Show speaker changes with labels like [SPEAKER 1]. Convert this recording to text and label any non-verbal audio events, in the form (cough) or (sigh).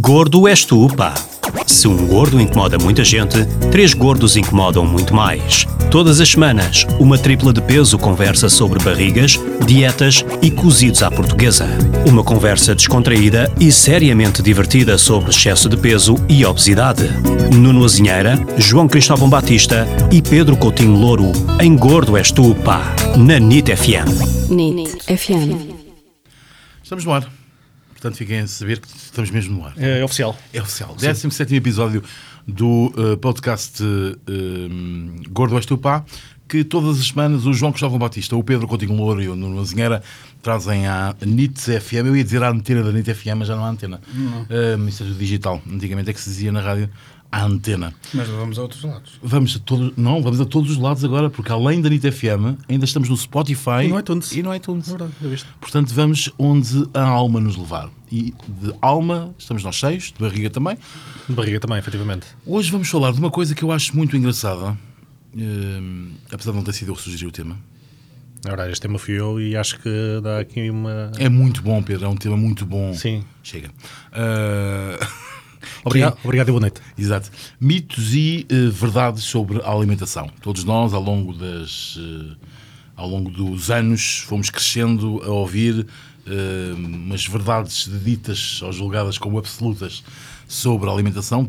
[SPEAKER 1] Gordo és tu, pá. Se um gordo incomoda muita gente, três gordos incomodam muito mais. Todas as semanas, uma tripla de peso conversa sobre barrigas, dietas e cozidos à portuguesa. Uma conversa descontraída e seriamente divertida sobre excesso de peso e obesidade. Nuno Azinheira, João Cristóvão Batista e Pedro Coutinho Louro em Gordo és tu, pá, na NIT FM.
[SPEAKER 2] NIT FM.
[SPEAKER 3] Estamos no ar. Portanto, fiquem a saber que estamos mesmo no ar.
[SPEAKER 4] É oficial.
[SPEAKER 3] É oficial. 17 episódio do eh, podcast eh, Gordo és tu pá, que todas as semanas o João Cristóvão Batista, o Pedro Coutinho Louro e o Nuno Azinheira trazem à NIT FM. Eu ia dizer à antena da NIT FM, mas já não há antena. Eh, isso é do digital. Antigamente é que se dizia na rádio à antena.
[SPEAKER 5] Mas vamos a outros lados.
[SPEAKER 3] Vamos a todos, não, vamos a todos os lados agora, porque além da NIT FM, ainda estamos no Spotify
[SPEAKER 5] E no iTunes. É
[SPEAKER 3] E no iTunes.
[SPEAKER 5] Verdade, eu visto.
[SPEAKER 3] Portanto, vamos onde a alma nos levar. E de alma estamos nós cheios, de barriga também.
[SPEAKER 4] De barriga também, efetivamente.
[SPEAKER 3] Hoje vamos falar de uma coisa que eu acho muito engraçada, hum, apesar de não ter sido eu que sugeri o tema.
[SPEAKER 4] Na verdade, este tema fui eu e acho que dá aqui uma.
[SPEAKER 3] É muito bom, Pedro, é um tema muito bom.
[SPEAKER 4] Sim.
[SPEAKER 3] Chega. (laughs) Ah,
[SPEAKER 4] Obrigado, obrigado e boa noite.
[SPEAKER 3] Exato. Mitos e eh, verdades sobre a alimentação. Todos nós, ao longo, das, eh, ao longo dos anos, fomos crescendo a ouvir eh, umas verdades ditas ou julgadas como absolutas sobre a alimentação,